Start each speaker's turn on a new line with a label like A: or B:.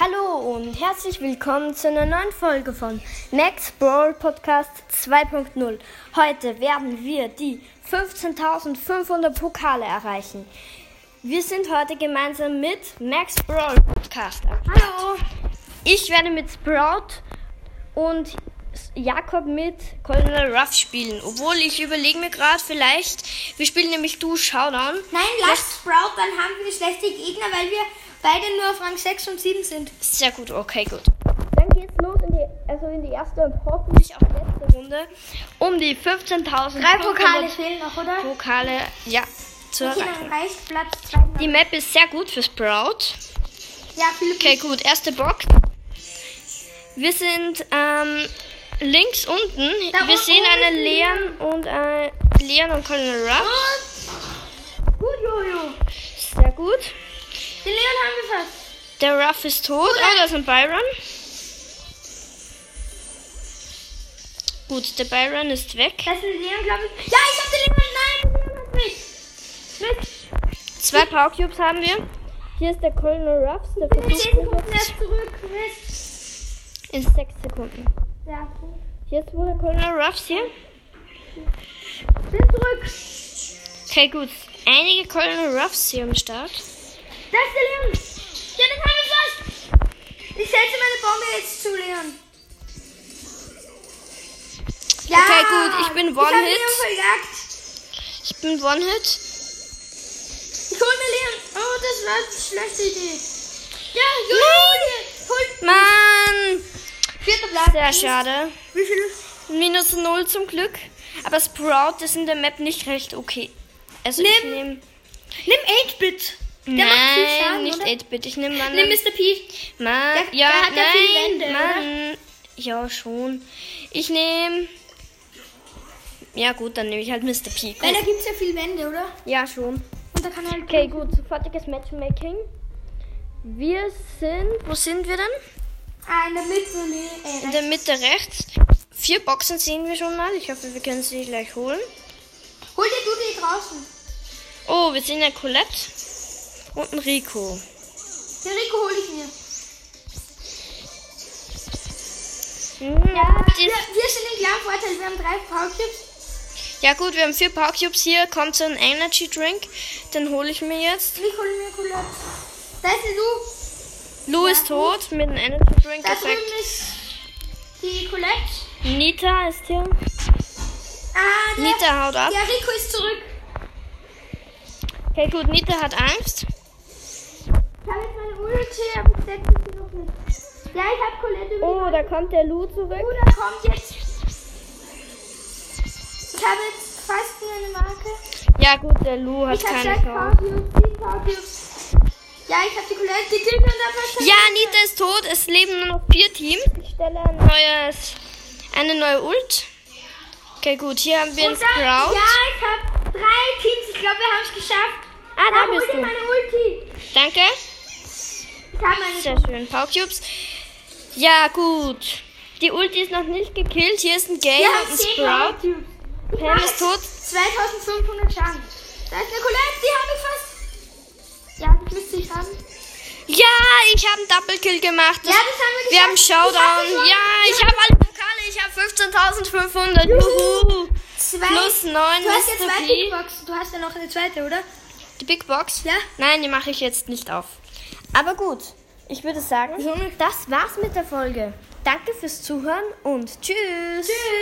A: Hallo und herzlich willkommen zu einer neuen Folge von Max Brawl Podcast 2.0. Heute werden wir die 15.500 Pokale erreichen. Wir sind heute gemeinsam mit Max Brawl Podcast. Hallo! Ich werde mit Sprout und Jakob mit Colonel Ruff spielen. Obwohl ich überlege mir gerade, vielleicht, wir spielen nämlich Du Showdown.
B: Nein, lass Sprout, dann haben wir schlechte Gegner, weil wir beide nur auf Rang 6 und 7 sind.
A: Sehr gut, okay, gut. Dann geht's los in die, also in die erste und hoffentlich auch letzte Runde um die 15.000
B: Drei Pokale fehlen noch, oder?
A: Pokale, ja, zu
B: Okay,
A: erreichen.
B: dann reicht Platz 2.
A: Die Map ist sehr gut für Sprout.
B: Ja, Philipp,
A: Okay, gut, erste Box. Wir sind ähm, links unten.
B: Da
A: Wir
B: unten
A: sehen einen
B: ist
A: Leon und äh, Leon und Colonel Ruff.
B: gut, Jojo.
A: Sehr gut.
B: Den Leon haben wir fast.
A: Der Ruff ist tot. Oh, da ist ein Byron. Gut, der Byron ist weg.
B: Das ist ein Leon, glaube ich. Ja, ich hab den Leon. Nein, der Leon hat mich. Mit,
A: Zwei Power Cubes haben wir. Hier ist der Colonel Ruffs. Der
B: mit 10
A: versucht
B: Sekunden erst zurück. Mist.
A: in sechs Sekunden.
B: Ja,
A: Hier ist wohl der Colonel Ruffs hier.
B: bin zurück.
A: Okay, gut. Einige Colonel Ruffs hier am Start.
B: Das ist der Leon. Ja, den haben wir fast. Ich setze meine Bombe jetzt zu Leon. Ja,
A: Okay, gut, ich bin
B: Ich hab
A: One-Hit.
B: Leon verjagt.
A: Ich bin One-Hit.
B: Ich hol mir Leon. Oh, das war eine schlechte Idee. Ja, Julian, hol.
A: Mann!
B: Vierter Platz.
A: Sehr schade.
B: Wie viel?
A: Minus null zum Glück. Aber Sprout ist in der Map nicht recht okay. Also ich
B: Nimm-
A: nehme...
B: Nimm 8-Bit. Der
A: nein,
B: macht viel Schaden,
A: nicht
B: oder?
A: 8-Bit. Ich nehme Mann.
B: Nimm Mr. P.
A: Mann.
B: Der-
A: ja,
B: der hat ja
A: nein,
B: viel Wände, oder?
A: Mann. Ja, schon. Ich nehme... Ja gut, dann nehme ich halt Mr. P.
B: Weil
A: Gut.
B: da gibt's ja viel Wände, oder?
A: Ja, schon.
B: Und da kann halt.
A: Okay, gut. Sofortiges Matchmaking. Wir sind... Wo sind wir denn?
B: Ah, in der Mitte. Nee, äh,
A: In
B: rechts.
A: der Mitte rechts. Vier Boxen sehen wir schon mal. Ich hoffe, wir können sie gleich holen.
B: Hol dir du die draußen.
A: Oh, wir sehen ja Colette und einen Rico.
B: Den Rico hol ich mir.
A: Ja,
B: Wir, wir sind im klaren Vorteil. Wir haben drei Powercubes.
A: ja gut, wir haben vier Power Cubes hier. Kommt so ein Energy Drink. Den hole ich mir jetzt.
B: Ich hol mir Colette. Da ist die Lu.
A: Lou ist tot mit einem Energy Drink.
B: Da drüben
A: Perfekt.
B: ist die Colette.
A: Nita ist hier.
B: Ah, der,
A: Nita haut ab.
B: der Rico ist zurück.
A: Okay, gut, Nita hat Angst.
B: Ich habe jetzt meine Ulti, aber ich setze sie noch nicht. Ja, ich habe Colette über.
A: Oh, da kommt der Lou zurück.
B: Bruder, kommt jetzt. Ich habe jetzt fast nur eine Marke.
A: Ja gut, der Lou hat
B: Ich habe
A: keine
B: Jack
A: Chance.
B: Fabius, die Fabius. Ja, ich habe die Colette gekillt und dann fast.
A: Ja, Nita ist tot. Es leben nur noch vier Teams. Ich stelle ein neues, eine neue Ult. Okay, gut, hier haben wir einen
B: Und dann, ja,
A: Sprout.
B: ich habe drei Teams. Ich glaube, wir haben es geschafft.
A: Ah, da
B: hol
A: bist
B: dir
A: du.
B: meine Ulti.
A: Danke.
B: Ich habe meine
A: Sehr schön. Power Cubes. Ja, gut. Die Ulti ist noch nicht gekillt. Hier ist ein Gale
B: Wir
A: und
B: haben
A: ein
B: 10
A: Sprout.
B: Powercubes. Ich
A: Pam
B: weiß.
A: ist tot.
B: 2500 Schaden. Da ist eine Colette, die habe ich fast. Ja, die müsste ich haben.
A: Ja, ich habe einen Double Kill gemacht.
B: Ja, das haben wir
A: wir haben
B: geschafft. Ich hab
A: Showdown.
B: gewonnen.
A: Ja, ich habe alle Pokale. Ich habe 15.500. Juhu.
B: Zwei.
A: Plus 9
B: Du hast
A: Mr.
B: ja zwei
A: P.
B: Kickboxen. Du hast ja noch eine zweite, oder?
A: Die Big Box?
B: Ja.
A: Nein, die mache ich jetzt nicht auf. Aber gut, ich würde sagen, das war's mit der Folge. Danke fürs Zuhören und tschüss. Tschüss.